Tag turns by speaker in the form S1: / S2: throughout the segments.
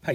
S1: 嗨，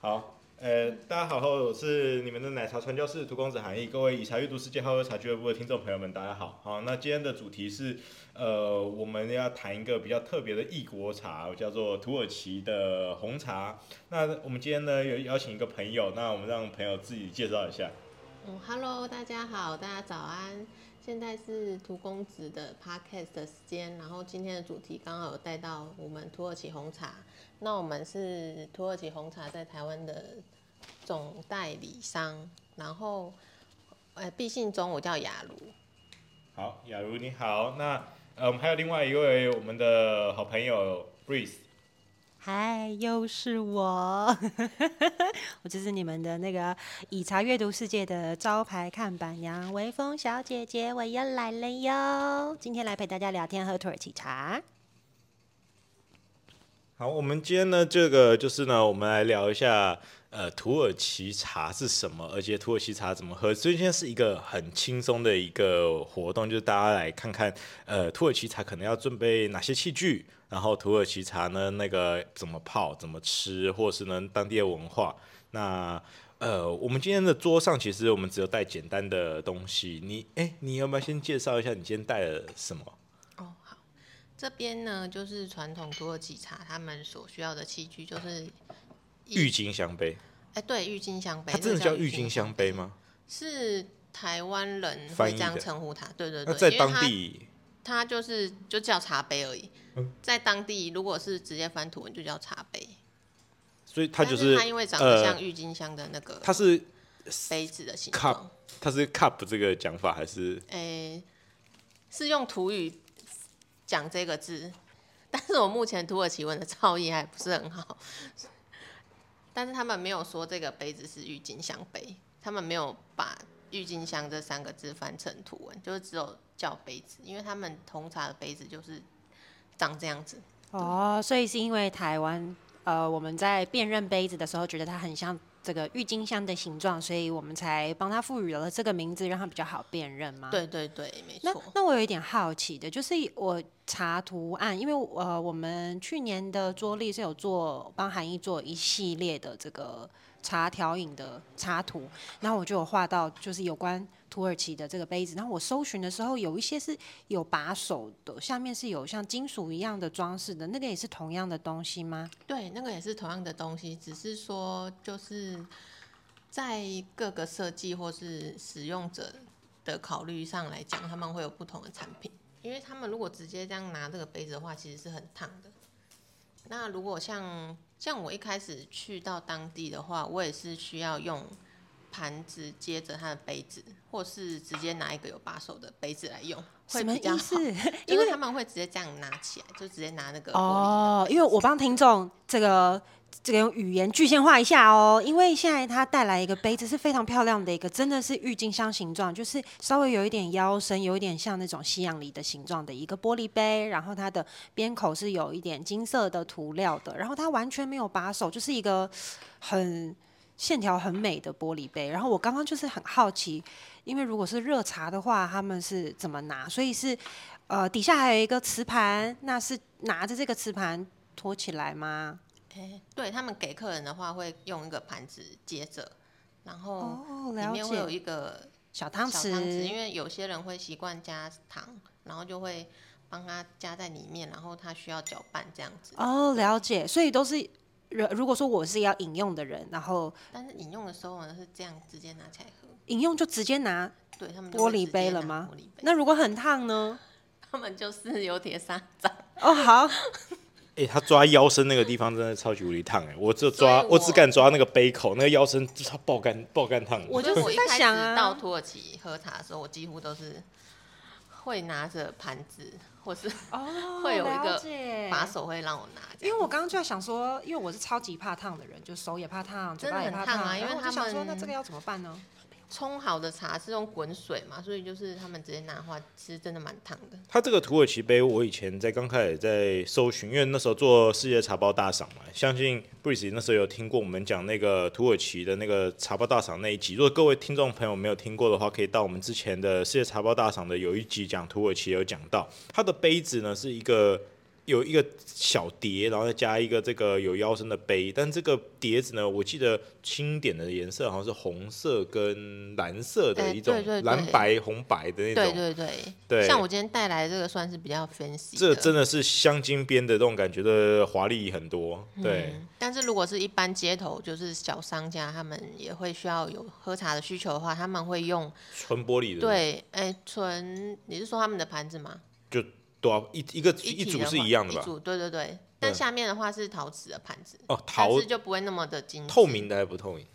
S2: 好，呃，大家好，我是你们的奶茶传教士涂公子韩毅，各位以茶阅读世界好喝茶俱乐部的听众朋友们，大家好。好，那今天的主题是，呃，我们要谈一个比较特别的异国茶，叫做土耳其的红茶。那我们今天呢，有邀请一个朋友，那我们让朋友自己介绍一下。
S3: 嗯，Hello，大家好，大家早安。现在是涂公子的 Podcast 的时间，然后今天的主题刚好有带到我们土耳其红茶。那我们是土耳其红茶在台湾的总代理商，然后，呃，毕信中我叫雅茹。
S2: 好，雅茹你好。那呃，我们还有另外一位我们的好朋友 Breeze。
S4: 嗨，又是我， 我就是你们的那个以茶阅读世界的招牌看板娘微风小姐姐，我又来了哟！今天来陪大家聊天，喝土耳其茶。
S2: 好，我们今天呢，这个就是呢，我们来聊一下，呃，土耳其茶是什么，而且土耳其茶怎么喝。所以今天是一个很轻松的一个活动，就是大家来看看，呃，土耳其茶可能要准备哪些器具，然后土耳其茶呢，那个怎么泡、怎么吃，或是呢当地的文化。那呃，我们今天的桌上其实我们只有带简单的东西。你哎，你要不要先介绍一下你今天带了什么？
S3: 哦，好，这边呢就是传统土耳其茶他们所需要的器具，就是
S2: 郁金香杯，
S3: 哎，对，郁金香杯，
S2: 它真的
S3: 这个
S2: 叫郁金香杯吗？
S3: 是台湾人
S2: 翻
S3: 会
S2: 译
S3: 这样
S2: 的
S3: 称呼它，对对
S2: 那
S3: 对，
S2: 在
S3: 因为
S2: 当
S3: 它
S2: 地。
S3: 它就是就叫茶杯而已。
S2: 嗯
S3: 在当地，如果是直接翻土文，就叫茶杯。
S2: 所以它就
S3: 但
S2: 是
S3: 它因为长得像
S2: 呃，
S3: 郁金香的那个
S2: 它是
S3: 杯子的形
S2: cup，
S3: 状，
S2: 它是 cup 这个讲法还是
S3: 诶、是用土语讲这个字， 但是我目前土耳其文的造诣还不是很好， 但是他们没有说这个杯子是郁金香杯，他们没有把郁金香这三个字翻成土文，就是只有叫杯子，因为他们红茶的杯子就是长这样子。
S4: 哦，所以是因为台湾，呃，我们在辨认杯子的时候，觉得它很像这个郁金香的形状，所以我们才帮它赋予了这个名字，让它比较好辨认吗？
S3: 对对对，没
S4: 那
S3: 错。
S4: 那我有一点好奇的，就是我查图案，因为呃，我们去年的桌历是有做帮韩毅做一系列的这个茶调饮的插图，然后我就有画到就是有关土耳其的这个杯子，然后我搜寻的时候有一些是有把手的，下面是有像金属一样的装饰的，那个也是同样的东西吗？
S3: 对，那个也是同样的东西，只是说就是在各个设计或是使用者的考虑上来讲，他们会有不同的产品。因为他们如果直接这样拿这个杯子的话，其实是很烫的。那如果像像我一开始去到当地的话，我也是需要用盘子接着它的杯子，或是直接拿一个有把手的杯子来用，会
S4: 什么
S3: 比较
S4: 意
S3: 好
S4: 思。？
S3: 因
S4: 因
S3: 为
S4: 为
S3: 他们会直接这样拿起来，就直接拿那个玻璃的
S4: 哦，
S3: 杯
S4: 因为
S3: 子
S4: 我帮听众这个这个用语言具象化一下哦，因为现在它带来一个杯子是非常漂亮的一个，真的是郁金香形状，就是稍微有一点腰身，有一点像那种西洋梨的形状的一个玻璃杯，然后它的边口是有一点金色的涂料的，然后它完全没有把手，就是一个很。线条很美的玻璃杯，然后我刚刚就是很好奇，因为如果是热茶的话，他们是怎么拿？所以是呃，底下还有一个瓷盘，那是拿着这个瓷盘托起来吗？
S3: 哎，对他们给客人的话，会用一个盘子接着，然后
S4: 哦，
S3: 里
S4: 了
S3: 面会有
S4: 解。
S3: 一个
S4: 小
S3: 小
S4: 汤
S3: 汤
S4: 匙，
S3: 匙，因为有些人会习惯加糖，然后就会帮他加在里面，然后他需要搅拌这样子。
S4: 哦，了解。所以都是，如如果说我是要饮用的人，然后
S3: 但是饮用的时候呢，是这样直接拿起来喝。
S4: 饮用就直接拿。
S3: 对他们就会
S4: 玻璃
S3: 直接
S4: 杯了
S3: 拿
S4: 吗
S3: 玻璃杯，
S4: 那如果很烫呢？
S3: 他们就是有铁砂掌。
S4: 哦，好，
S2: 哎、他抓腰身那个地方真的超级无敌烫哎！我只有抓，
S3: 所以我
S2: 我只敢抓那个杯口，那个腰身就是爆干爆干烫。
S4: 我
S3: 所以
S4: 就是
S3: 我一
S4: 在
S3: 开
S4: 想
S3: 始
S4: 啊
S3: 到土耳其喝茶的时候，我几乎都是会拿着盘子，或 是
S4: 哦
S3: 会有一
S4: 了
S3: 个
S4: 解
S3: 把手会让我拿这样，
S4: 因为我刚刚就在想说，因为我是超级怕烫的人，就手也怕烫，
S3: 真
S4: 嘴
S3: 的
S4: 巴也
S3: 很
S4: 怕
S3: 烫啊因
S4: 然
S3: 为
S4: 后我
S3: 他
S4: 就想说，
S3: 们
S4: 那这个要怎么办呢？
S3: 冲好的茶是用滚水嘛，所以就是他们直接拿的话，其实真的蛮烫的。
S2: 它这个土耳其杯，我以前在刚开始在搜寻，因为那时候做世界茶包大赏嘛，相信 Breeze 那时候有听过我们讲那个土耳其的那个茶包大赏那一集。如果各位听众朋友没有听过的话，可以到我们之前的世界茶包大赏的有一集讲土耳其有讲到，它的杯子呢是一个。有一个小碟，然后再加一个这个有腰身的杯，但这个碟子呢，我记得经典的颜色好像是红色跟蓝色的
S3: 哎
S2: 一种
S3: 对对对
S2: 蓝白红白的那种，
S3: 对对对，
S2: 对
S3: 像我今天带来的这个算是比较 fancy，
S2: 这
S3: 的
S2: 真的是镶金边的这种感觉的华丽很多，对。
S3: 嗯但是如果是一般街头，就是小商家，他们也会需要有喝茶的需求的话，他们会用
S2: 纯玻璃的，，
S3: 对，哎，纯你是说他们的盘子吗？
S2: 就多少一一个
S3: 一
S2: 一
S3: 体的
S2: 组
S3: 话
S2: 是一样的
S3: 一
S2: 吧？
S3: 组对对对，但下面的话是陶瓷的盘子，
S2: 哦，
S3: 但
S2: 陶
S3: 是就不会那么的精致
S2: 透，明的还不透明？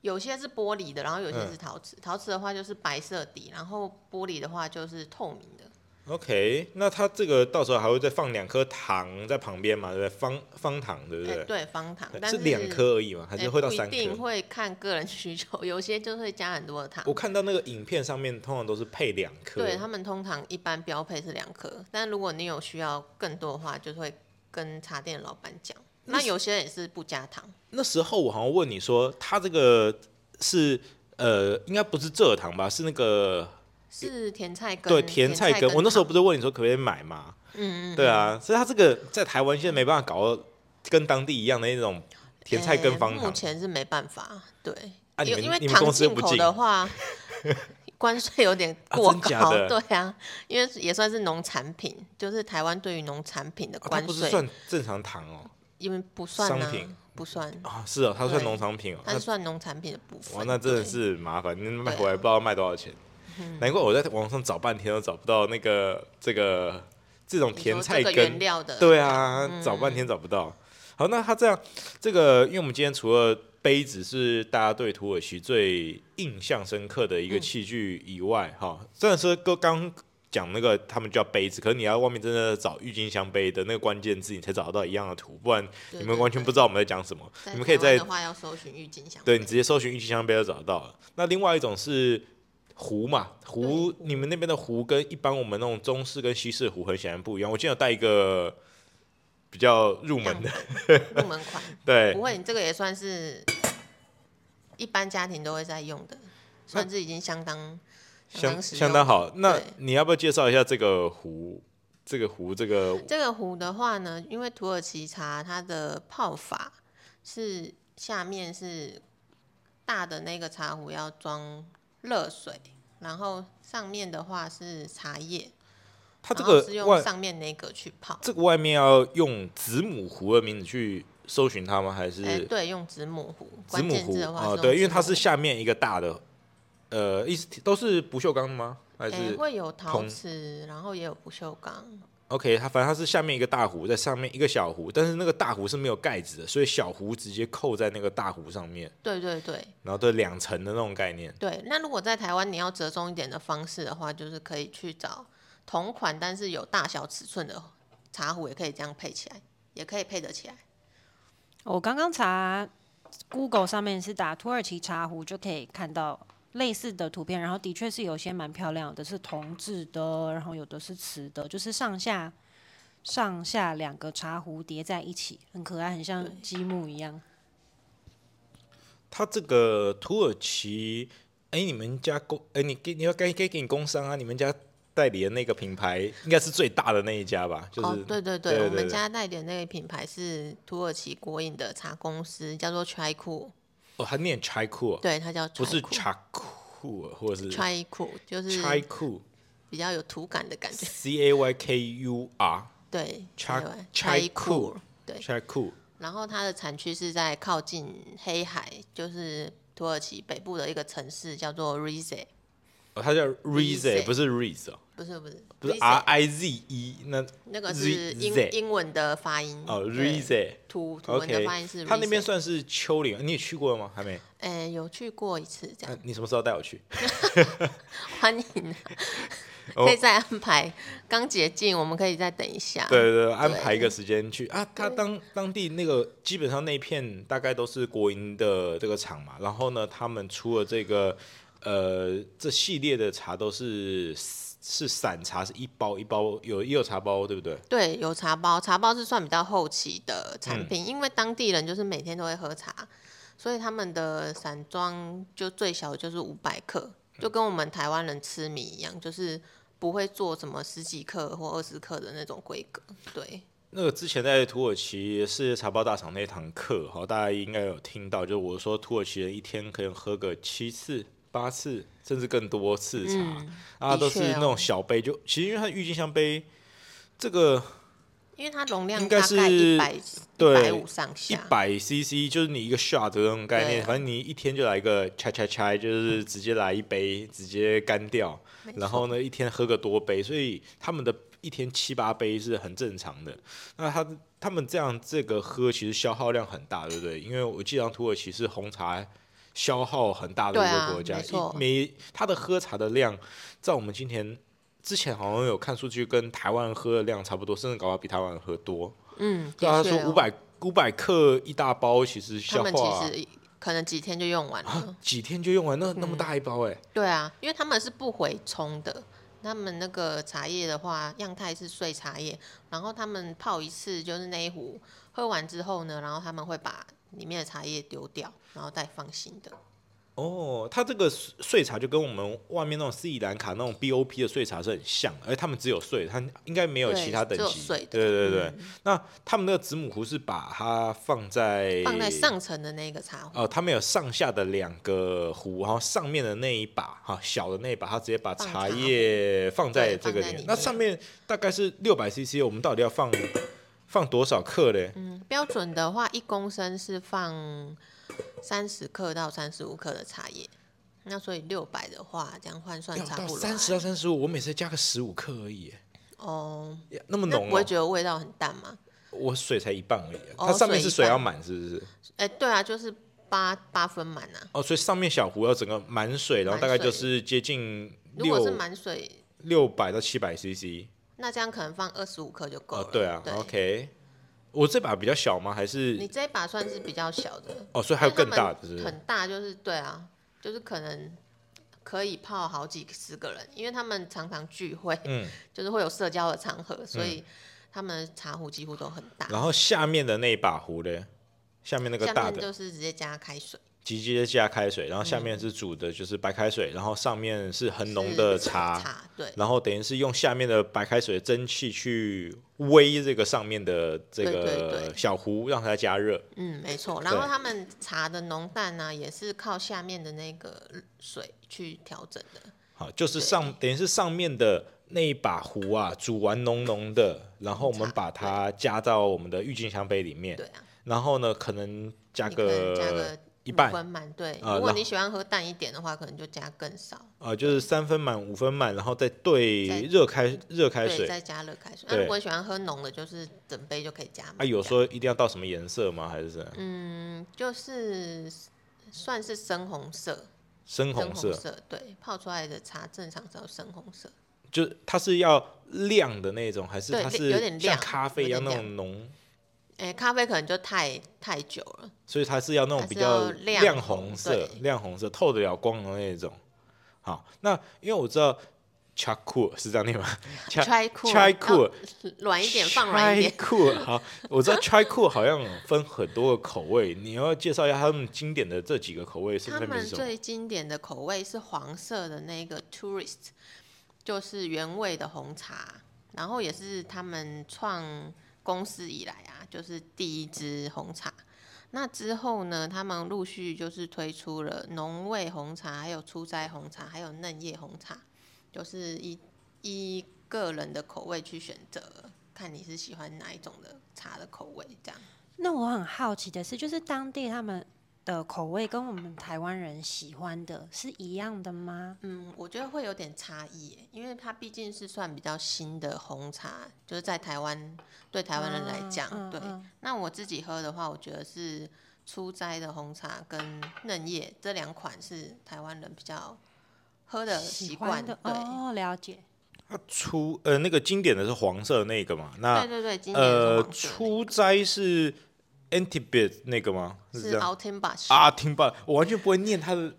S3: 有些是玻璃的，然后有些
S2: 嗯
S3: 是陶瓷，陶瓷的话就是白色底，然后玻璃的话就是透明的。
S2: OK，那它这个到时候还会再放两颗糖在旁边嘛，对不对？方方糖，对不
S3: 哎
S2: 对？
S3: 对，方糖，但
S2: 是两颗而已嘛，还
S3: 哎
S2: 是会到
S3: 不
S2: 三
S3: 一
S2: 颗？
S3: 定会看个人需求， 有些就会加很多的糖
S2: 我。看到那个影片上面通常都是配两颗，
S3: 对他们通常一般标配是两颗，但如果你有需要更多的话，就会跟茶店的老板讲。那有些人也是不加糖，
S2: 那时候我好像问你说，它这个是呃，应该不是蔗糖吧？是那个
S3: 是甜菜根。
S2: 对甜菜根。
S3: 根，
S2: 我那时候不是问你说可不可以买吗？
S3: 嗯，嗯，
S2: 对啊，所以它这个在台湾现在没办法搞到跟当地一样的那种甜菜根
S3: 呃
S2: 方糖
S3: 目。前是没办法，对，
S2: 啊你
S3: 因
S2: 们
S3: 为因为
S2: 你们
S3: 糖
S2: 公司又
S3: 进
S2: 不
S3: 口
S2: 进啊
S3: 的话， 关税有点过
S2: 真
S3: 高，
S2: 假的
S3: 对啊，因为也算是农产品，就是台湾对于农产品的
S2: 啊它
S3: 关
S2: 不是
S3: 税，
S2: 算正常糖哦，
S3: 因为不算
S2: 商
S3: 啊
S2: 品，
S3: 不算，
S2: 啊是哦，它算
S3: 对
S2: 农产品哦，
S3: 它
S2: 那
S3: 是算农产品的部分。
S2: 哇，那真的
S3: 对
S2: 是麻烦，你卖
S3: 对嗯
S2: 回来不知道卖多少钱，难怪我在网上找半天都找不到那个这个这种
S3: 你
S2: 甜
S3: 说这
S2: 菜
S3: 个
S2: 根
S3: 原料的，嗯
S2: 对啊，找半天找不到。好，那他这样，这个因为我们今天除了杯子是大家对土耳其最印象深刻的一个器具以外，哈、虽然说刚刚讲那个他们叫杯子，可是你要外面真的找郁金香杯的那个关键字，你才找得到一样的图，不然
S3: 对
S2: 你们完全不知道我们在讲什么。
S3: 在
S2: 你们可以
S3: 台湾
S2: 在
S3: 的话要搜寻郁金香
S2: 对
S3: 杯，
S2: 你直接搜寻郁金香杯就找得到了。那另外一种是壶嘛，壶你们那边的壶跟一般我们那种中式跟西式壶很显然不一样。我今天有带一个比较入门的，
S3: 入门款
S2: 对
S3: 不，会，你这个也算是一般家庭都会在用的，算是已经相当
S2: 相
S3: 当实用
S2: 相当好。那
S3: 对
S2: 你要不要介绍一下这个壶？这个壶，这个
S3: 这个壶的话呢，因为土耳其茶它的泡法是下面是大的那个茶壶要装热水，然后上面的话是茶叶，
S2: 它这
S3: 然后
S2: 个
S3: 是用
S2: 外
S3: 上面那个去泡。
S2: 这个外面要用子母壶的名字去搜寻它吗？还是
S3: 哎、对，用子母壶，
S2: 子
S3: 关
S2: 母
S3: 键
S2: 壶
S3: 字的话
S2: 啊？
S3: 用
S2: 对，因为
S3: 子
S2: 它
S3: 母
S2: 是
S3: 壶
S2: 下面一个大的，呃，一都是不锈钢的吗？还
S3: 哎、
S2: 是
S3: 会有陶
S2: 铜
S3: 瓷，然后也有不锈钢，
S2: OK，它反正它是下面一个大壶，在上面一个小壶，但是那个大壶是没有盖子的，所以小壶直接扣在那个大壶上面，
S3: 对对对
S2: 然后对两层的那种概念。
S3: 对。那如果在台湾你要折中一点的方式的话，就是可以去找同款但是有大小尺寸的茶壶，也可以这样配起来，也可以配得起来。
S4: 我刚刚查 Google 上面是打土耳其茶壶，就可以看到类似的图片，然后的确是有些蛮漂亮的，是铜制的，然后有的是瓷的，就是上下上下两个茶壶叠在一起，很可爱，很像
S3: 对
S4: 积木一样。
S2: 它这个土耳其，哎，你们家工，哎，你给你要该该给你工商啊，你们家代理的那个品牌应该是最大的那一家吧？就是、
S3: 哦，对对
S2: 对对
S3: 我们
S2: 对
S3: 家代理的那个品牌是土耳其国营的茶公司，叫做 Chai Cool，
S2: 哦，它念 chai cool，
S3: 对，它叫 Chai
S2: 不是
S3: Cool
S2: chai cool，或者是
S3: Chai Cool，就是
S2: chai cool，c
S3: 比较有土感的感觉，
S2: a y k u r，chai
S3: 对
S2: Chai-
S3: Chai
S2: Chai Cool
S3: Cool，对。
S2: cool。
S3: 然后它的产区是在靠近黑海，就是土耳其北部的一个城市，叫做 Rize。
S2: 哦，它叫 Rize，
S3: Rize
S2: 不是 Rize 哦。
S3: 不是不是
S2: 不是
S3: Rize
S2: R I Z E 那
S3: 那个是英
S2: Rize
S3: 英文的发音
S2: 哦
S3: 对
S2: Rize
S3: 图图文的
S2: OK，
S3: 发音是 Rize。
S2: 他那边算是丘陵，你也去过了吗？还没？
S3: 哎有去过一次这
S2: 那
S3: 样，
S2: 你什么时候带我去？
S3: 欢迎啊，
S2: 嗯哦
S3: 可以再安排。刚解禁，我们可以再等一下。
S2: 对对对，安排一个时间去啊。他当当地那个基本上那一片大概都是国营的这个厂嘛，然后呢，他们出了这个呃这系列的茶都是是散茶，是一包一包，有也有茶包，对不对？
S3: 对，有茶包，茶包是算比较后期的
S2: 嗯
S3: 产品，因为当地人就是每天都会喝茶，所以他们的散装就最小就是五百克，
S2: 嗯
S3: 就跟我们台湾人吃米一样，就是不会做什么十几克或二十克的那种规格。对，
S2: 那个之前在土耳其世界茶包大厂那堂课，哈，大家应该有听到，就是我说土耳其人一天可能喝个七次、八次，甚至更多次茶，
S3: 嗯
S2: 啊，都是
S3: 的确哦
S2: 那种小杯，就其实因为它郁金香杯这个
S3: 因为它容量
S2: 应该
S3: 大概
S2: 是
S3: 一百一
S2: 对
S3: 百五上
S2: 一
S3: 下，
S2: 百 CC 就是你一个 shot 的那种概
S3: 啊对
S2: 念，
S3: 啊
S2: 反正你一天就来一个拆拆拆，就是直接来一杯，直接干掉。
S3: 没
S2: 然
S3: 错
S2: 后呢，一天喝个多杯，所以他们的一天七八杯是很正常的。那他他们这样这个喝，其实消耗量很大，对不对？因为我记得土耳其是红茶消耗很大的
S3: 对
S2: 一
S3: 啊
S2: 个国家，
S3: 没错
S2: 一每他的喝茶的量，在我们今天之前好像有看数据，跟台湾喝的量差不多，甚至搞到比台湾喝多。
S3: 嗯，
S2: 对
S3: 的
S2: 啊，他
S3: 确
S2: 说
S3: 哦
S2: 五百五百克一大包，其实
S3: 他
S2: 消
S3: 们其
S2: 化
S3: 实嗯可能几天就用完了。
S2: 啊几天就用完，那那么大一包哎、
S3: 对啊，因为他们是不回冲的，他们那个茶叶的话，样态是碎茶叶，然后他们泡一次就是那一壶，喝完之后呢，然后他们会把里面的茶叶丢掉，然后再放新的。
S2: 哦，它这个碎碎茶就跟我们外面那种斯里兰卡那种 BOP 的碎茶是很像的，而他们只有碎，它应该没有
S3: 对
S2: 其他等
S3: 只有
S2: 级。
S3: 碎
S2: 对
S3: 的嗯
S2: 对对，那他们那个子母壶是把它放在
S3: 放在上层的那个茶壶，
S2: 哦，他们有上下的两个壶，然后上面的那一把哈小的那一把，他直接把
S3: 放
S2: 茶
S3: 茶
S2: 叶放在这个
S3: 对放在
S2: 里面
S3: 里。
S2: 那
S3: 面
S2: 上面大概是六百 CC，我们到底要放放多少克嘞？
S3: 嗯，标准的话，一公升是放三十克到三十五克的茶叶，那所以六百的话，这样换算
S2: 要
S3: 差
S2: 到
S3: 不多啊
S2: 三十到三十五，我每次加个十五克而已耶，
S3: 哦，
S2: 呀那么
S3: 那
S2: 浓
S3: 不
S2: 哦、
S3: 会觉得味道很淡吗？
S2: 我水才一半而已啊，
S3: 哦
S2: 它上面是
S3: 水
S2: 水
S3: 一半
S2: 要满，是不是？
S3: 哎、对啊，就是八八分满啊。
S2: 哦，所以上面小壶要整个满水，然后大概就是接近
S3: 如果是
S2: 六
S3: 满水，
S2: 六百到七百 CC。
S3: 那这样可能放二十五克就够了、
S2: 哦，对啊 o k 我这把比较小吗？还
S3: 你
S2: 是
S3: 这一把算是比较小的，
S2: 哦，所以还有
S3: 因为
S2: 更
S3: 他
S2: 大
S3: 们
S2: 的，是不是？
S3: 很大就是对啊，就是可能可以泡好几十个人，因为他们常常聚会，
S2: 嗯，
S3: 就是会有社交的场合，所以他们的茶壶几乎都很大。
S2: 然后下面的那一把壶嘞，下面那个
S3: 下
S2: 大
S3: 面
S2: 的，
S3: 就是直接加开水，
S2: 直接加开水，然后下面是煮的，就是白开水，然后上面是很浓
S3: 是
S2: 的
S3: 茶对。
S2: 然后等于是用下面的白开水的蒸汽去煨这个上面的这
S3: 对对
S2: 个
S3: 对
S2: 小壶，让它加热。
S3: 嗯，没错。然后他们茶的浓淡呢、也是靠下面的那个水去调整的。
S2: 好，就是
S3: 对
S2: 上等于是上面的那一把壶啊，煮完浓浓的，然后我们
S3: 茶
S2: 把它加到我们的郁金香杯里面
S3: 对，啊，
S2: 然后呢，可能加
S3: 你可能加
S2: 个
S3: 个
S2: 一
S3: 五
S2: 半，
S3: 分满，对。
S2: 啊
S3: 如果
S2: 然
S3: 你喜欢喝淡一点的话，可能就加更少，
S2: 啊，就是三分满、五分满，然后再
S3: 再
S2: 兑热开热开
S3: 对，
S2: 水。
S3: 再加热开水。那、
S2: 对
S3: 如果喜欢喝浓的，就是整杯就可以加满。
S2: 啊，有
S3: 这样
S2: 说一定要到什么颜色吗？还是怎样？
S3: 嗯，就是算是深红色，
S2: 深
S3: 深
S2: 红色，
S3: 对，泡出来的茶正常是要深红色，
S2: 就是它是要亮的那种，还是
S3: 对
S2: 它
S3: 有
S2: 是
S3: 有点
S2: 像
S3: 亮
S2: 咖啡一
S3: 有
S2: 样
S3: 点
S2: 那种
S3: 亮
S2: 浓？
S3: 哎、咖啡可能就太太久了，
S2: 所以它是要那种
S3: 它
S2: 比
S3: 是
S2: 较
S3: 要亮
S2: 亮
S3: 红
S2: 红色、
S3: 对
S2: 亮红色、透得了光的那种。好，那因为我知道 c h a k u 是这样念吗 Chai-
S3: 拆酷
S2: c h a
S3: 要
S2: k u
S3: 软一哦点，放软一点。
S2: 酷 好，我知道 c h a k u 好像分很多个口味，你要介绍一下他们经典的这几个口味是
S3: 他
S2: 分别
S3: 们
S2: 是什么？
S3: 最经典的口味是黄色的那个 Tourist，就是原味的红茶，然后也是他们创公司以来啊，就是第一支红茶。那之后呢，他们陆续就是推出了浓味红茶，还有初摘红茶，还有嫩叶红茶，就是依依个人的口味去选择，看你是喜欢哪一种的茶的口味这样。
S4: 那我很好奇的是，就是当地他们的的口味跟我们台湾人喜欢的是一样的吗？
S3: 嗯，我觉得会有点差异耶，因为它毕竟是算比较新的红茶，就是在台湾对台湾人来讲，
S4: 嗯
S3: 对。
S4: 嗯
S3: 那我自己喝的话，我觉得是初摘的红茶跟嫩叶这两款是台湾人比较喝的习
S4: 喜
S3: 惯
S4: 欢的
S3: 对、
S4: 哦，了解。
S2: 它初呃那个经典的是黄色那个嘛，那
S3: 对对对，今年
S2: 呃
S3: 的黄色
S2: 初摘是 Antibit 那个吗？
S3: 那个
S2: 这
S3: 是
S2: 样
S3: o u t e n b a s h
S2: 啊，听吧，我完全不会念它的，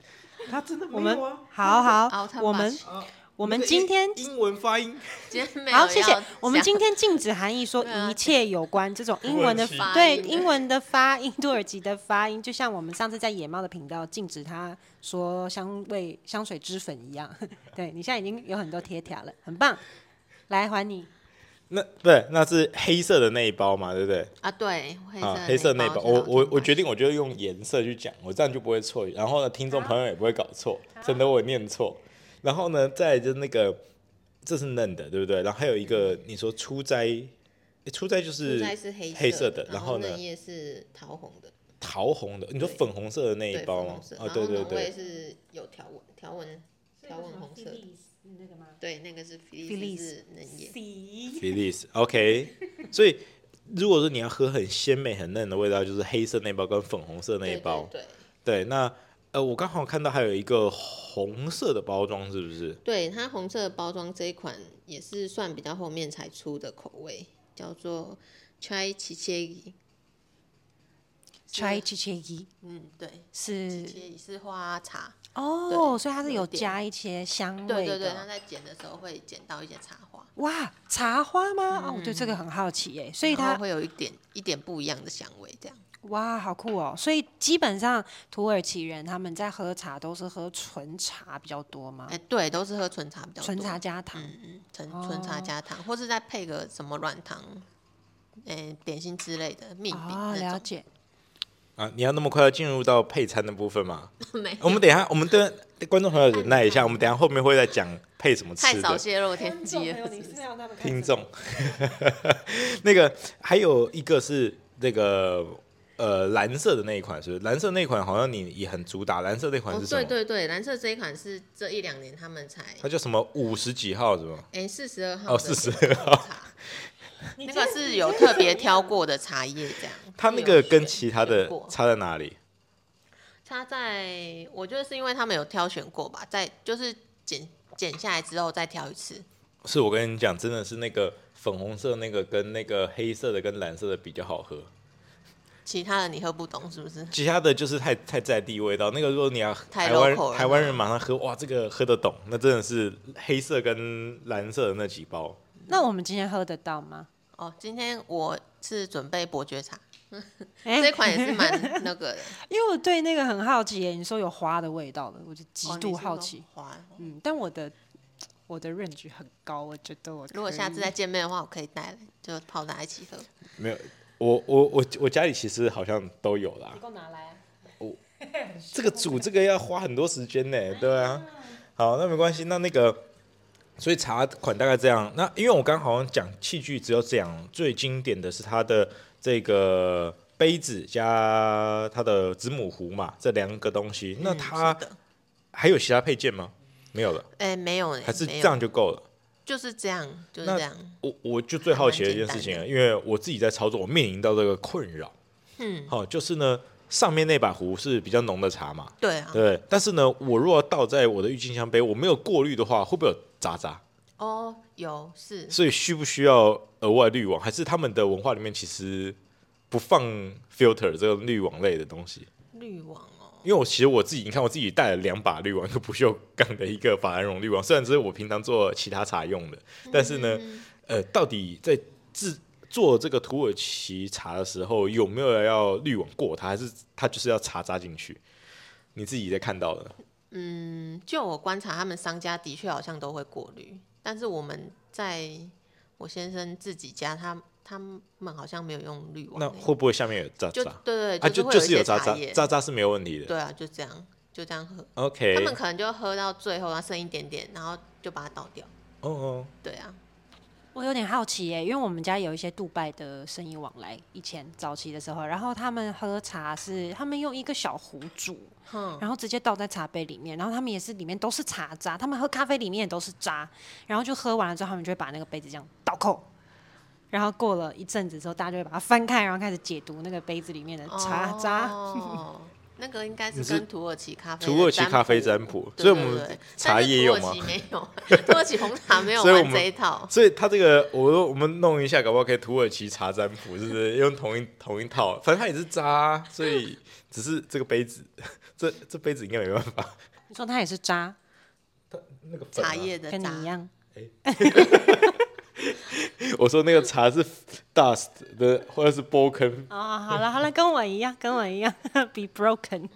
S2: 它真的
S4: 我
S2: 没
S4: 们
S2: 有啊。
S4: 好好
S3: Out，of
S4: 我们
S3: March
S4: 我们今天
S2: 那个英英文发音
S3: 今天没有
S4: 好，谢
S3: 要
S4: 谢。我们
S3: 讲
S4: 今天禁止含义说
S3: 对啊
S4: 一切有关这种英文的
S2: 土
S3: 耳其
S4: 对
S3: 发音
S4: 英文的发音、 土耳其的发音，就像我们上次在野猫的频道禁止他说香味香水脂粉一样。 对你现在已经有很多贴条了，很棒。来还你，
S2: 那不对，那是黑色的那一包嘛，对不对？
S3: 啊，对，黑色、
S2: 啊，黑色那
S3: 那
S2: 一包，我我我决定，我就用颜色去讲，我这样就不会错。然后呢，听众朋友也不会搞错，真的我念错。然后呢，再来就是那个，这是嫩的，对不对？然后还有一个，你说初摘，诶初摘就是
S3: 应该是黑
S2: 黑色
S3: 的
S2: 的，，
S3: 然
S2: 后呢
S3: 嫩叶是桃红的，
S2: 桃红的，你说
S3: 对
S2: 粉红色的那一
S3: 对，
S2: 包
S3: 粉
S2: 吗
S3: 红色，？
S2: 啊，
S3: 然
S2: 对
S3: 后
S2: 对
S3: 浓
S2: 对，
S3: 味是有条纹，条纹条纹红色的，
S4: 那个吗？
S3: 对，那个是菲
S4: 菲
S3: 利
S4: 利斯
S3: 是嫩叶，
S4: C，
S2: 比利时，OK。所以如果说你要喝很鲜美、很嫩的味道，就是黑色那包跟粉红色那一
S3: 对
S2: 包。
S3: 对
S2: 对，那呃，我刚好看到还有一个红色的包装，是不是？
S3: 对，对它红色的包装这一款也是算比较后面才出的口味，叫做 chai c h i c h e
S4: try 一切一
S3: 嗯，对，c
S4: 是
S3: h i 是花茶，
S4: 哦，
S3: 对
S4: 所以它是
S3: 有
S4: 有
S3: 一点
S4: 加一些香味的。
S3: 对对对，它在剪的时候会剪到一些茶花，
S4: 哇，茶花吗？哦，我对这个很好奇耶，所以
S3: 然后
S4: 它
S3: 会有一点一点不一样的香味，这样。
S4: 哇，好酷哦！所以基本上土耳其人他们在喝茶都是喝纯茶比较多吗
S3: 哎、？对，都是喝纯茶比较多。
S4: 啊纯茶加糖，
S3: 嗯嗯，纯纯茶
S4: 哦
S3: 加糖，或是再配个什么软糖，哎、点心之类的命饼
S4: 哦，
S3: 那
S4: 了
S3: 种。
S4: 解。
S2: 啊，你要那么快要进入到配餐的部分吗？
S3: 没
S2: 我们等一下，我们对观众朋友忍耐一下，我们等一下后面会再讲配什么
S3: 太
S2: 吃
S3: 少
S2: 的。
S3: 泄露天机了。是不是
S2: 听众，那个还有一个是那个呃蓝色的那一款是不是蓝色那一款好像你也很主打，蓝色那款
S3: 哦
S2: 是，什么？
S3: 对对对，蓝色这一款是这一两年他们才
S2: 它叫什么五十几号是吗？
S3: 哎四十二号
S2: 哦
S3: 的
S2: 42
S3: 红茶， 那个是有特别挑过的茶叶，这样。
S2: 它那个跟其他的
S3: 过
S2: 差在哪里？
S3: 它在我觉得是因为他们有挑选过吧，在就是剪剪下来之后再挑一次。
S2: 是我跟你讲，真的是那个粉红色那个跟那个黑色的跟蓝色的比较好喝，
S3: 其他的你喝不懂是不是？
S2: 其他的就是太太在地味道。那个如果你要
S3: 太
S2: 台湾
S3: local 了嗯
S2: 台湾人马上喝，哇，这个喝得懂，那真的是黑色跟蓝色的那几包。
S4: 那我们今天喝得到吗？
S3: 哦，今天我是准备伯爵茶，
S4: 哎
S3: 这款也是蛮那个的，
S4: 因为我对那个很好奇耶，你说有花的味道的，我就极
S3: 哦
S4: 度好奇。。
S3: 你是说花
S4: 嗯，但我的我的 range 很高，我觉得我
S3: 如果
S4: 可
S3: 下次
S4: 以
S3: 再见面的话，我可以带来，就泡大家一起喝。
S2: 没有，我我我我家里其实好像都有啦。
S4: 给我拿来啊，
S2: 这个煮这个要花很多时间呢，对啊。好，那没关系，那那个，所以茶款大概这样。那因为我刚好像讲器具只有讲最经典的是它的这个杯子加它的子母壶嘛，这两个东西。那它
S3: 嗯是的
S2: 还有其他配件吗？没有了，
S3: 哎、没有呢，
S2: 还是
S3: 没
S2: 这
S3: 有
S2: 样就够了。
S3: 就是这样，就是
S2: 那
S3: 这样。
S2: 我我就最好奇的一件事情
S3: 还
S2: 了，
S3: 蛮简单的
S2: 因为我自己在操作，我面临到这个困扰。
S3: 嗯，
S2: 好、就是呢，上面那把壶是比较浓的茶嘛，
S3: 对啊，
S2: 对，但是呢，我如果倒在我的郁金香杯，我没有过滤的话，会不会有渣渣？
S3: 哦，有是
S2: 所以需不需要额外滤网？还是他们的文化里面其实不放 filter 这个滤网类的东西？
S3: 滤网哦，
S2: 因为我其实我自己，你看我自己带了两把滤网，一个不锈钢的，一个法兰绒滤网，虽然这是我平常做其他茶用的，
S3: 嗯
S2: 但是呢，呃，到底在制做这个土耳其茶的时候，有没有要滤网过它，还是它就是要茶渣进去？你自己在看到的。
S3: 嗯，就我观察，他们商家的确好像都会过滤，但是我们在我先生自己家，他他们好像没有用滤网
S2: 那
S3: 欸，
S2: 会不会下面有渣
S3: 就
S2: 渣？
S3: 对
S2: 啊，
S3: 对，
S2: 就
S3: 会
S2: 就
S3: 一
S2: 是
S3: 些
S2: 有渣渣，
S3: 叶，
S2: 渣渣是没有问题的。
S3: 对啊，就这样就这样喝，他们
S2: OK，
S3: 可能就喝到最后，然后剩一点点，然后就把它倒掉。
S2: 哦哦，
S3: 对啊，
S4: 我有点好奇耶、因为我们家有一些杜拜的生意往来，以前早期的时候，然后他们喝茶是他们用一个小壶煮，
S3: 哼、
S4: 然后直接倒在茶杯里面，然后他们也是里面都是茶渣，他们喝咖啡里面也都是渣，然后就喝完了之后，他们就会把那个杯子这样倒扣，然后过了一阵子之后，大家就会把它翻开，然后开始解读那个杯子里面的茶渣。
S3: 哦，那个应该是
S2: 你是
S3: 跟土耳其咖啡的
S2: 土耳其咖啡
S3: 占
S2: 占卜，
S3: 卜，
S2: 所以
S3: 对
S2: 我
S3: 对
S2: 们
S3: 对
S2: 茶叶有
S3: 但
S2: 吗
S3: 是？土耳其没有，土 耳其红茶没有
S2: 所以我
S3: 玩
S2: 们
S3: 这一套。
S2: 所以他这个，我说我们弄一下，搞不好可以土耳其茶占卜，是不是用同一同一套？反正它也是渣啊，所以只是这个杯子， 这这杯子应该没办法。
S4: 你说它也是渣，
S2: 那个粉啊
S3: 茶，叶的
S4: 跟
S3: 渣，
S4: 你一样，
S2: 我说那个茶是 dust 的，或者是 broken
S4: 哦，好了好了，跟我一样，跟我一样 ，be broken。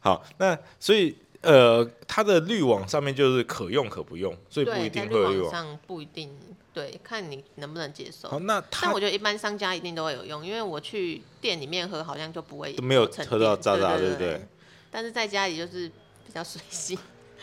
S2: 好，那所以呃，它的滤网上面就是可用可不用，所以不
S3: 对，
S2: 一
S3: 在
S2: 定
S3: 滤
S2: 会有滤网。
S3: 网上不一定，对，看你能不能接受
S2: 好，。那
S3: 但
S2: 它
S3: 我觉得一般商家一定都会有用，因为我去店里面喝好像就不会
S2: 都没有
S3: 沉
S2: 喝到
S3: 淀
S2: 渣渣
S3: 对
S2: 对不对
S3: 但是在家里就是比较随性，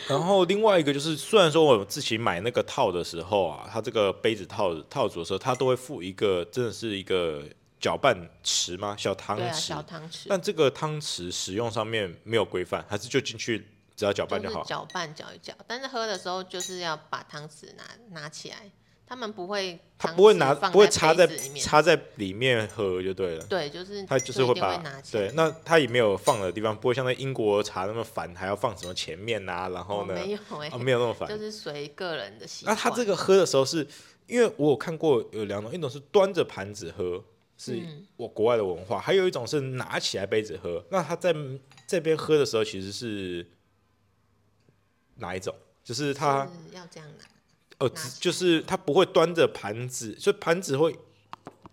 S2: 然后另外一个就是，虽然说我自己买那个套的时候啊，它这个杯子套套组的时候，它都会附一个真的是一个搅拌池吗？小汤
S3: 对啊，
S2: 匙。
S3: 小汤匙，
S2: 但这个汤匙使用上面没有规范，还是就进去只要搅拌
S3: 就是
S2: 好。
S3: 搅拌搅一搅。但是喝的时候就是要把汤匙拿拿起来，他们不会，
S2: 它不会拿，不会插在
S3: 杯子里面，
S2: 插在里面喝就对了。
S3: 对，就是
S2: 它就是会
S3: 一定
S2: 把
S3: 拿起来哦
S2: 对，。那它也没有放的地方，不会像那英国茶那么烦，还要放什么前面呐、然
S3: 我
S2: 后呢，
S3: 没有哎、
S2: 啊没有那么烦。
S3: 就是随个人的习
S2: 那
S3: 惯。
S2: 它这个喝的时候是，因为我有看过有两种，一种是端着盘子喝，是
S3: 嗯
S2: 我国外的文化；还有一种是拿起来杯子喝。那他在这边喝的时候，其实是哪一种？就是他
S3: 是要这样拿，
S2: 哦，
S3: 拿
S2: 只
S3: 起
S2: 就是他不会端着盘子，所以盘子会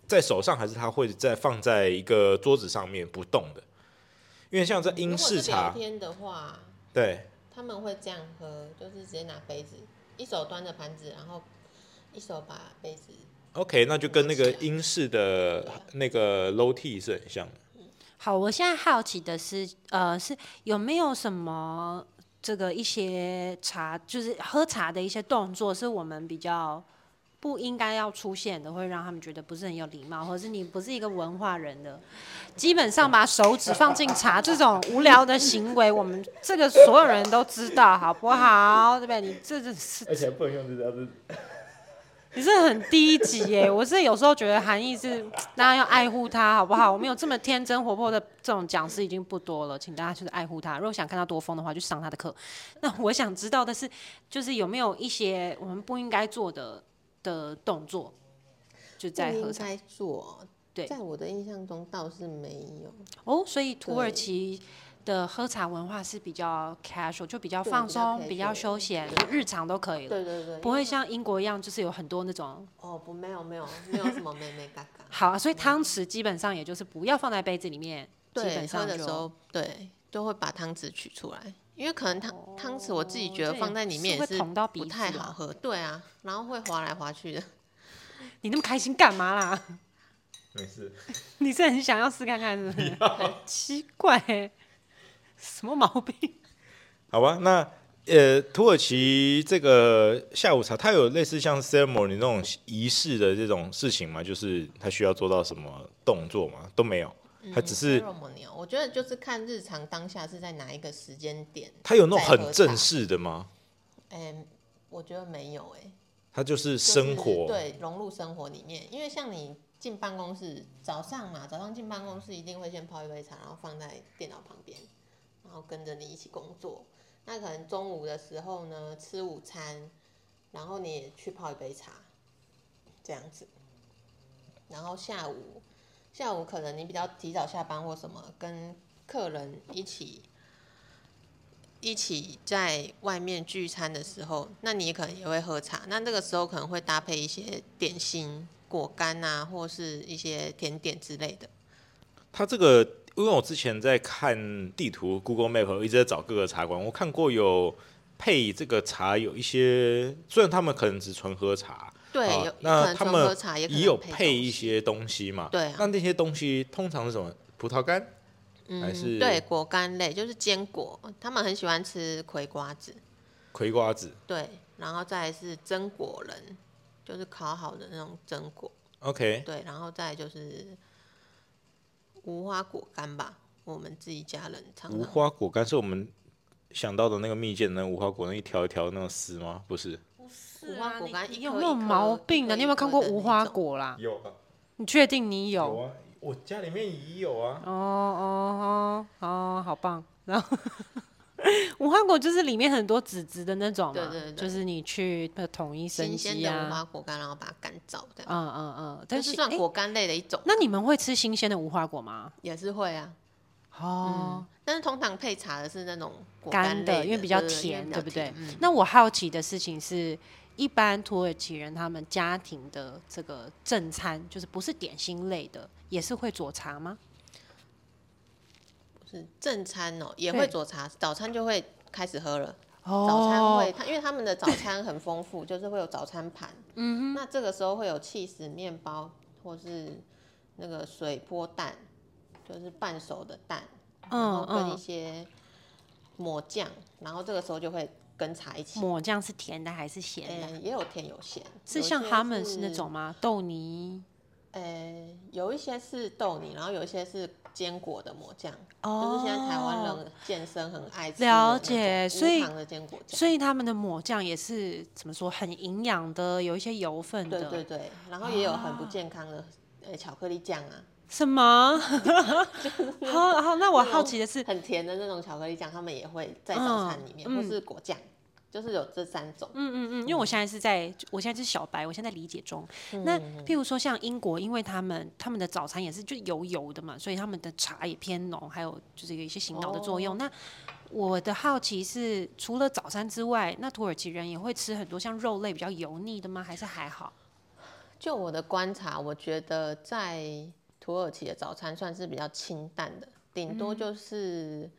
S2: 在手上，还是他会在放在一个桌子上面不动的？因为像在英式
S3: 如果是聊
S2: 茶，
S3: 天的话，
S2: 对，
S3: 他们会这样喝，就是直接拿杯子，一手端着盘子，然后一手把杯子。
S2: OK，那就跟那个
S3: 拿起来
S2: 英式的那个 low tea 是很像的。
S4: 好，我现在好奇的是，呃，是有没有什么这个一些茶，就是喝茶的一些动作，是我们比较不应该要出现的，会让他们觉得不是很有礼貌，或者是你不是一个文化人的，基本上把手指放进茶这种无聊的行为，我们这个所有人都知道，好不好？对不对？你这这是
S2: 而且不能用这招是
S4: 你是很低级耶！ 我是有时候觉得韩义是大家要爱护他，好不好？我们有这么天真活泼的这种讲师已经不多了，请大家就是爱护他。如果想看他多疯的话，就上他的课。那我想知道的是，就是有没有一些我们不应该做的的动作，就在
S3: 不
S4: 喝
S3: 应
S4: 茶
S3: 该做，
S4: 对
S3: 在我的印象中倒是没有，
S4: 哦。所以土耳
S3: 对
S4: 其的喝茶文化是比较 casual，就比较
S3: 对
S4: 放
S3: 比较
S4: 松、比
S3: casual
S4: 较休闲，就日常都可以了，
S3: 对对对，
S4: 不会像英国一样，就是有很多那种，
S3: 哦不没有没有没有什么妹妹嘎嘎
S4: 好，啊所以汤匙基本上也就是不要放在杯子里面，基
S3: 嗯对，
S4: 本
S3: 喝
S4: 上
S3: 的
S4: 就
S3: 时候对就会把汤匙取出来，因为可能汤汤匙我自己觉得
S4: 哦这
S3: 放在
S4: 也
S3: 里
S4: 是
S3: 面
S4: 会
S3: 也是
S4: 捅到
S3: 不
S4: 鼻
S3: 太
S4: 子
S3: 好
S4: 啊
S3: 喝，对啊，然后会滑来滑去的，
S4: 你那么开心干嘛啦？
S2: 没事。
S4: 你是很想要试看看是不是？奇怪、欸，什么毛病？
S2: 好吧，那呃，土耳其这个下午茶，它有类似像 ceremony 那种仪式的这种事情吗？就是它需要做到什么动作吗？都没有，
S3: 嗯
S2: 它只 是、
S3: ceremony 哦我觉得就是看日常当下是在哪一个时间点，
S2: 它有那种
S3: 在喝
S2: 很
S3: 茶
S2: 正式的吗？
S3: 嗯，我觉得没有哎、
S2: 它就是
S3: 就是
S2: 生活，
S3: 对融入生活里面，因为像你进办公室早上嘛，早上进办公室一定会先泡一杯茶，然后放在电脑旁边，然后跟着你一起工作。那可能中午的时候呢，吃午餐，然后你也去泡一杯茶，这样子。然后下午，下午可能你比较提早下班或什么，跟客人一起一起在外面聚餐的时候，那你可能也会喝茶。那这个时候可能会搭配一些点心、果干啊，或是一些甜点之类的。
S2: 它这个，因为我之前在看地图 Google Map，我一直在找各个茶馆，我看过有配这个茶有一些，虽然他们可能只纯喝茶，
S3: 对，
S2: 啊
S3: 有可
S2: 那
S3: 能
S2: 他
S3: 纯
S2: 们
S3: 喝茶，也可
S2: 也
S3: 能
S2: 有
S3: 东
S2: 配
S3: 西
S2: 一些东西嘛。
S3: 对啊
S2: 那那些东西通常是什么？葡萄干？还是
S3: 嗯，对果干类，就是坚果，他们很喜欢吃葵瓜子，
S2: 葵瓜子，
S3: 对，然后再来是榛果仁，就是烤好的那种榛果，
S2: OK，
S3: 对，然后再来就是无花果干吧，我们自己家人常
S2: 无
S3: 常
S2: 花果干是我们想到的那个蜜饯的那无花果，那一条一条那种丝吗？不是，
S4: 不是
S3: 无花果干一
S4: 你
S3: 颗
S4: 有没有
S3: 啊一颗
S4: 毛病啊？
S3: 一颗
S4: 你有没有看过
S3: 一颗的
S4: 无
S3: 那
S4: 花
S3: 种
S4: 果啦？
S2: 有啊，
S4: 你确定你有？
S2: 啊，我家里面也有啊。
S4: 哦哦哦哦，好棒！然后 无花果就是里面很多籽籽的那种嘛，
S3: 对对对
S4: 就是你去那统一生
S3: 新鲜
S4: 机
S3: 的无
S4: 啊，
S3: 花果干，然后把它干燥这样，
S4: 嗯嗯嗯，
S3: 这
S4: 但
S3: 是
S4: 是
S3: 算
S4: 诶
S3: 果干类的一种，
S4: 那你们会吃新鲜的无花果吗？
S3: 也是会啊。嗯
S4: 哦，
S3: 但是通常配茶的是那种果
S4: 干
S3: 类的，
S4: 因为比较
S3: 对
S4: 甜，
S3: 对
S4: 不对？
S3: 嗯，
S4: 那我好奇的事情是。一般土耳其人他们家庭的这个正餐，就是不是点心类的，也是会佐茶吗？
S3: 是正餐哦，也
S4: 对
S3: 会佐茶，早餐就会开始喝了。
S4: 哦
S3: 早餐会，他因为他们的早餐很丰富，就是会有早餐盘。嗯哼，那这个时候会有起司面包，或是那个水波蛋，就是半熟的蛋，然后
S4: 嗯
S3: 跟一
S4: 嗯，
S3: 些抹酱，然后这个时候就会跟茶一起。
S4: 抹酱是甜的还是咸的？
S3: 嗯，也有甜有咸，
S4: 是
S3: 有一
S4: 像
S3: 些
S4: 他们是
S3: 是
S4: 那种吗？豆泥
S3: 呃，有一些是豆泥，然后有一些是坚果的抹酱，
S4: 哦
S3: 就是现在台湾人健身很爱吃的
S4: 了
S3: 那种
S4: 解
S3: 无
S4: 所以
S3: 糖的坚果酱，
S4: 所以他们的抹酱也是怎么说，很营养的，有一些油分的。
S3: 对对对，然后也有很不健康的呃巧克力酱啊，
S4: 什么？ 好好，那我好奇的是，
S3: 很甜的那种巧克力酱，他们也会在早餐里面，
S4: 嗯
S3: 或是果酱，就是有这三种。
S4: 嗯嗯嗯，因为我现在是在，我现在是小白，我现在在理解中。
S3: 嗯
S4: 那譬如说像英国，因为他们他们的早餐也是就油油的嘛，所以他们的茶也偏浓，还有就是有一些醒脑的作
S3: 哦
S4: 用。那我的好奇是，除了早餐之外，那土耳其人也会吃很多像肉类比较油腻的吗？还是还好？
S3: 就我的观察，我觉得在土耳其的早餐算是比较清淡的，顶
S4: 嗯
S3: 多就是、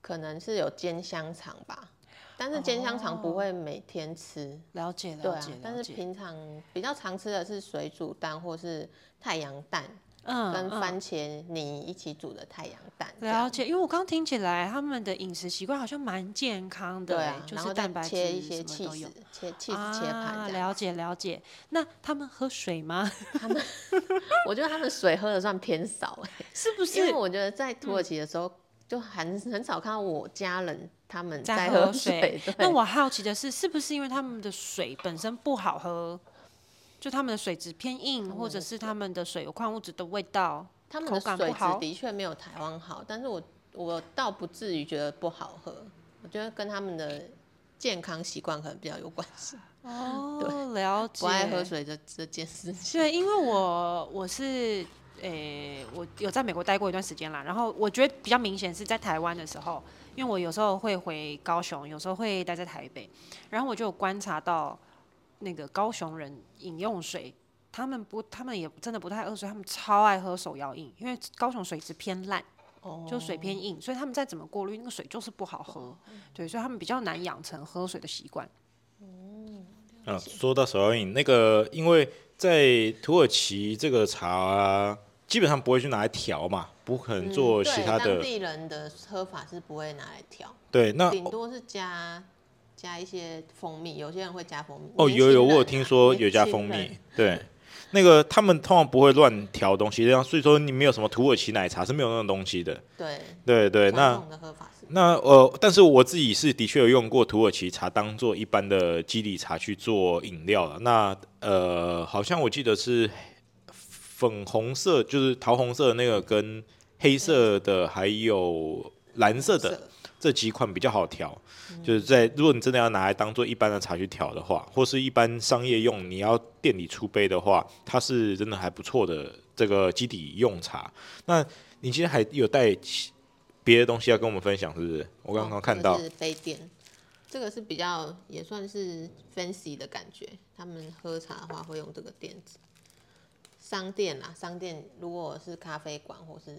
S3: 可能是有煎香肠吧，但是煎香肠不会每天吃。
S4: 哦了解
S3: 对
S4: 了
S3: 啊
S4: 解，，
S3: 但
S4: 了
S3: 是
S4: 解
S3: 平常比较常吃的是水煮蛋或是太阳蛋，
S4: 嗯
S3: 跟
S4: 嗯
S3: 番茄泥一起煮的太阳蛋这样。
S4: 了解，因为我刚听起来他们的饮食习惯好像蛮健康的
S3: 对
S4: 欸、
S3: 啊，
S4: 就
S3: 然
S4: 是
S3: 后再
S4: 蛋白质
S3: 切一
S4: 什
S3: 些
S4: 么都
S3: cheese，
S4: 有。
S3: 切 cheese 切
S4: 啊
S3: 盘这样。
S4: 了解了解。那他们喝水吗？
S3: 我觉得他们水喝的算偏少，
S4: 是不
S3: 因为
S4: 是嗯
S3: 我觉得在土耳其的时候，就很很少看到我家人他们
S4: 在
S3: 喝
S4: 喝水？
S3: 对，
S4: 那我好奇的是，是不是因为他们的水本身不好喝，就他们的水质偏硬，
S3: 嗯
S4: 或者是他们的水有矿物质的味道？
S3: 他们
S4: 口
S3: 的
S4: 感
S3: 水
S4: 不好
S3: 质的确没有台湾好，但是我我倒不至于觉得不好喝，我觉得跟他们的健康习惯可能比较有关系，
S4: 哦，了解。
S3: 不爱喝水这这件事情。
S4: 对，因为我我是诶、我有在美国待过一段时间啦。然后我觉得比较明显是在台湾的时候，因为我有时候会回高雄，有时候会待在台北，然后我就有观察到那个高雄人饮用水。他们不，他们也真的不太喝水，他们超爱喝手摇饮，因为高雄水质偏烂，
S3: 哦
S4: 就水偏硬，所以他们再怎么过滤，那个水就是不好喝，对，所以他们比较难养成喝水的习惯。
S2: 啊，说到手摇饮，那个因为在土耳其这个茶、啊、基本上不会去拿来调嘛，不可能 做
S3: 嗯对
S2: 其他的。
S3: 当地人的喝法是不会拿来调，
S2: 对，那
S3: 顶多是加加一些蜂蜜，有些人会加蜂蜜。
S2: 哦
S3: 年
S2: 有
S3: 轻
S2: 有，我
S3: 人
S2: 有
S3: 啊
S2: 听说有加
S3: 年轻
S2: 蜂蜜
S3: 人，
S2: 对。那个他们通常不会乱调东西，这样所以说你没有什么土耳其奶茶是没有那种东西的。
S3: 对
S2: 对对，
S3: 传
S2: 那
S3: 统的喝法是
S2: 那呃，但是我自己是的确有用过土耳其茶当做一般的基底茶去做饮料了。那呃，好像我记得是粉红色，就是桃红色的那个跟黑色的，还有蓝色的这几款比较好调。
S3: 嗯
S2: 就是在如果你真的要拿来当做一般的茶去调的话，或是一般商业用，你要店里出杯的话，它是真的还不错的这个基底用茶。那你今天还有带其别的东西要跟我们分享，是不是？我刚刚看到、
S3: 哦这个是杯垫，这个是比较也算是 fancy 的感觉。他们喝茶的话会用这个垫子。商店啊，商店如果是咖啡馆或是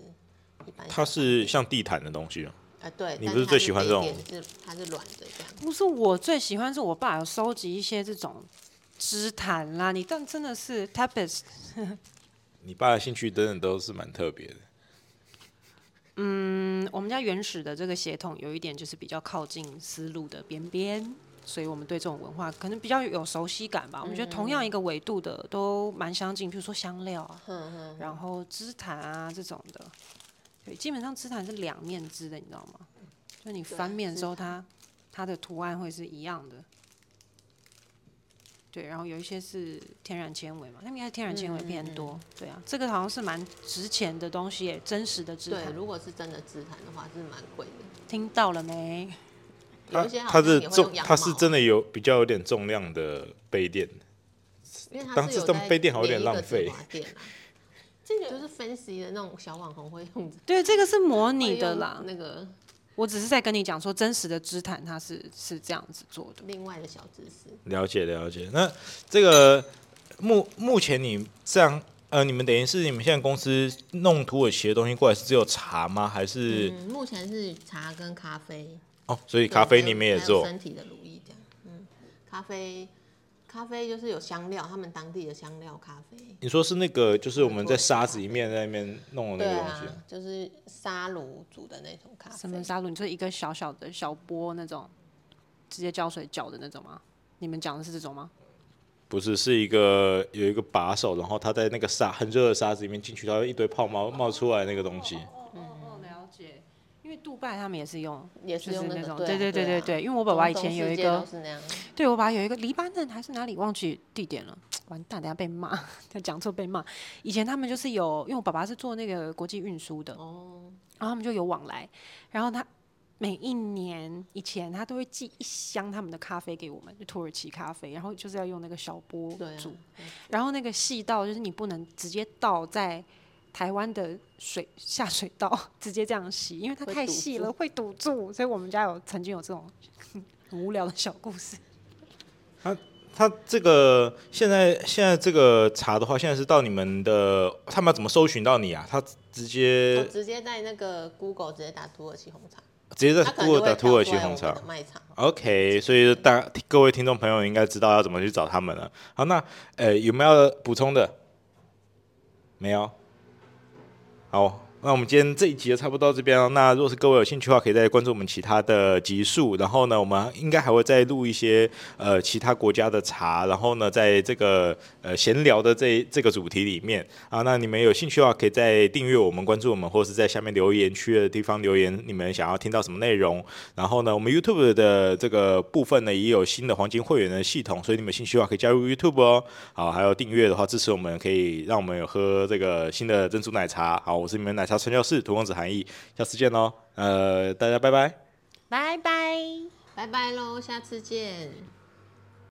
S3: 一般小，
S2: 它是像地毯的东西啊。
S3: 啊对，
S2: 你
S3: 但
S2: 不是
S3: 它
S2: 最喜欢
S3: 杯
S2: 这种
S3: 垫是它是软的这样。
S4: 不是我最喜欢，是我爸有收集一些这种织毯啦。你但真的是 tapes，
S2: 你爸的兴趣真的都是蛮特别的。
S4: 嗯，我们家原始的这个血统有一点就是比较靠近丝路的边边，所以我们对这种文化可能比较有熟悉感吧。我们觉得同样一个纬度的都蛮相近，比如说香料啊，
S3: 哼哼，
S4: 然后织毯啊这种的，对，基本上织毯是两面织的，你知道吗？就你
S3: 对
S4: 翻面
S3: 织
S4: 之后，它它的图案会是一样的。对，然后有一些是天然纤维嘛，那应该是天然纤维
S3: 嗯嗯
S4: 偏
S3: 嗯
S4: 多。对啊，这个好像是蛮值钱的东西耶，真实的织
S3: 对，
S4: 毯。
S3: 如果是真的自弹的话，是蛮贵的。
S4: 听到了没？
S2: 它
S3: 有一些好
S2: 它
S3: 像
S2: 是
S3: 也会
S2: 重
S3: 用，羊
S2: 它是
S3: 毛
S2: 真的有比较有点重量的杯垫，
S3: 因为它
S2: 当
S3: 是
S2: 时
S3: 有
S2: 这么
S3: 在
S2: 杯垫好有
S3: 连
S2: 点
S3: 一
S2: 浪
S3: 个自
S2: 费
S3: 滑垫啊这个就是 fancy 的那种小网红会 用的，
S4: 对，这个是模
S3: 会
S4: 拟的
S3: 用
S4: 啦。
S3: 那个
S4: 我只是在跟你讲说，真实的织毯它是是这样子做的。
S3: 另外的小知识。
S2: 了解了解。那这个目目前你这样呃，你们等于是你们现在公司弄土耳其的东西过来是只有茶吗？还是、
S3: 嗯，目前是茶跟咖啡，
S2: 哦？所以
S3: 对
S2: 咖啡
S3: 还有
S2: 你们也
S3: 还有
S2: 做
S3: 身体的乳液这样。嗯，咖啡，咖啡就是有香料，他们当地的香料咖啡。
S2: 你说是那个，就是我们
S3: 做
S2: 在
S3: 的
S2: 沙子里面在那边弄的
S3: 对
S2: 那个东西，
S3: 啊，就是沙炉煮的那种咖啡。
S4: 什么沙鲁？你说一个小小的小波那种，直接浇水搅的那种吗？你们讲的是这种吗？
S2: 不是是一个有一个把手，然后它在那个沙很热的沙子里面进去，它会一堆泡沫冒出来那个东西。
S4: 哦哦，了解。因为杜拜他们也是用，
S3: 也是
S4: 就
S3: 用
S4: 是
S3: 那
S4: 那
S3: 个，
S4: 种
S3: 对啊
S4: 对
S3: 对
S4: 对对对
S3: 啊
S4: 对因为我爸爸以前有一个
S3: 中东世界都是那样，
S4: 对我爸有一个黎巴嫩还是哪里忘记地点了，完蛋，等下被骂， 他讲错被骂。以前他们就是有，因为我爸爸是做那个国际运输的，
S3: 哦，
S4: 然后他们就有往来，然后他每一年以前他都会寄一箱他们的咖啡给我们，就土耳其咖啡，然后就是要用那个小波
S3: 对啊
S4: 煮，，然后那个细道就是你不能直接倒在台湾的水下水道直接这样洗，因为它
S3: 会
S4: 太
S3: 堵
S4: 细
S3: 住
S4: 了会堵住，所以我们家有曾经有这种很无聊的小故事。
S2: 它这个现在现在这个茶的话，现在是到你们的，他们要怎么搜寻到你啊？他直
S3: 我
S2: 接
S3: 直接在那个 Google 直接打土耳其红茶，
S2: 直接在
S3: 它可能就
S2: 呃 Google
S3: 会
S2: 打
S3: 跳
S2: 土耳其
S3: 出来
S2: 红
S3: 我们
S2: 茶
S3: 的。卖场。哦
S2: OK，所以大各位听众朋友应该知道要怎么去找他们了。好，那呃有没有要补充的？没有。好，那我们今天这一集就差不多到这边了。那如果是各位有兴趣的话，可以再关注我们其他的集数。然后呢，我们应该还会再录一些呃其他国家的茶。然后呢，在这个呃闲聊的这这个主题里面啊，那你们有兴趣的话，可以在订阅我们、关注我们，或是在下面留言区的地方留言，你们想要听到什么内容。然后呢，我们 YouTube 的这个部分呢，也有新的黄金会员的系统，所以你们有兴趣的话可以加入 YouTube 哦。好，还有订阅的话支持我们，可以让我们有喝这个新的珍珠奶茶。好，我是你们的奶茶传教士涂公子韩毅，下次见喽。呃，大家拜拜。
S4: 拜拜。
S3: 拜拜喽，下次见。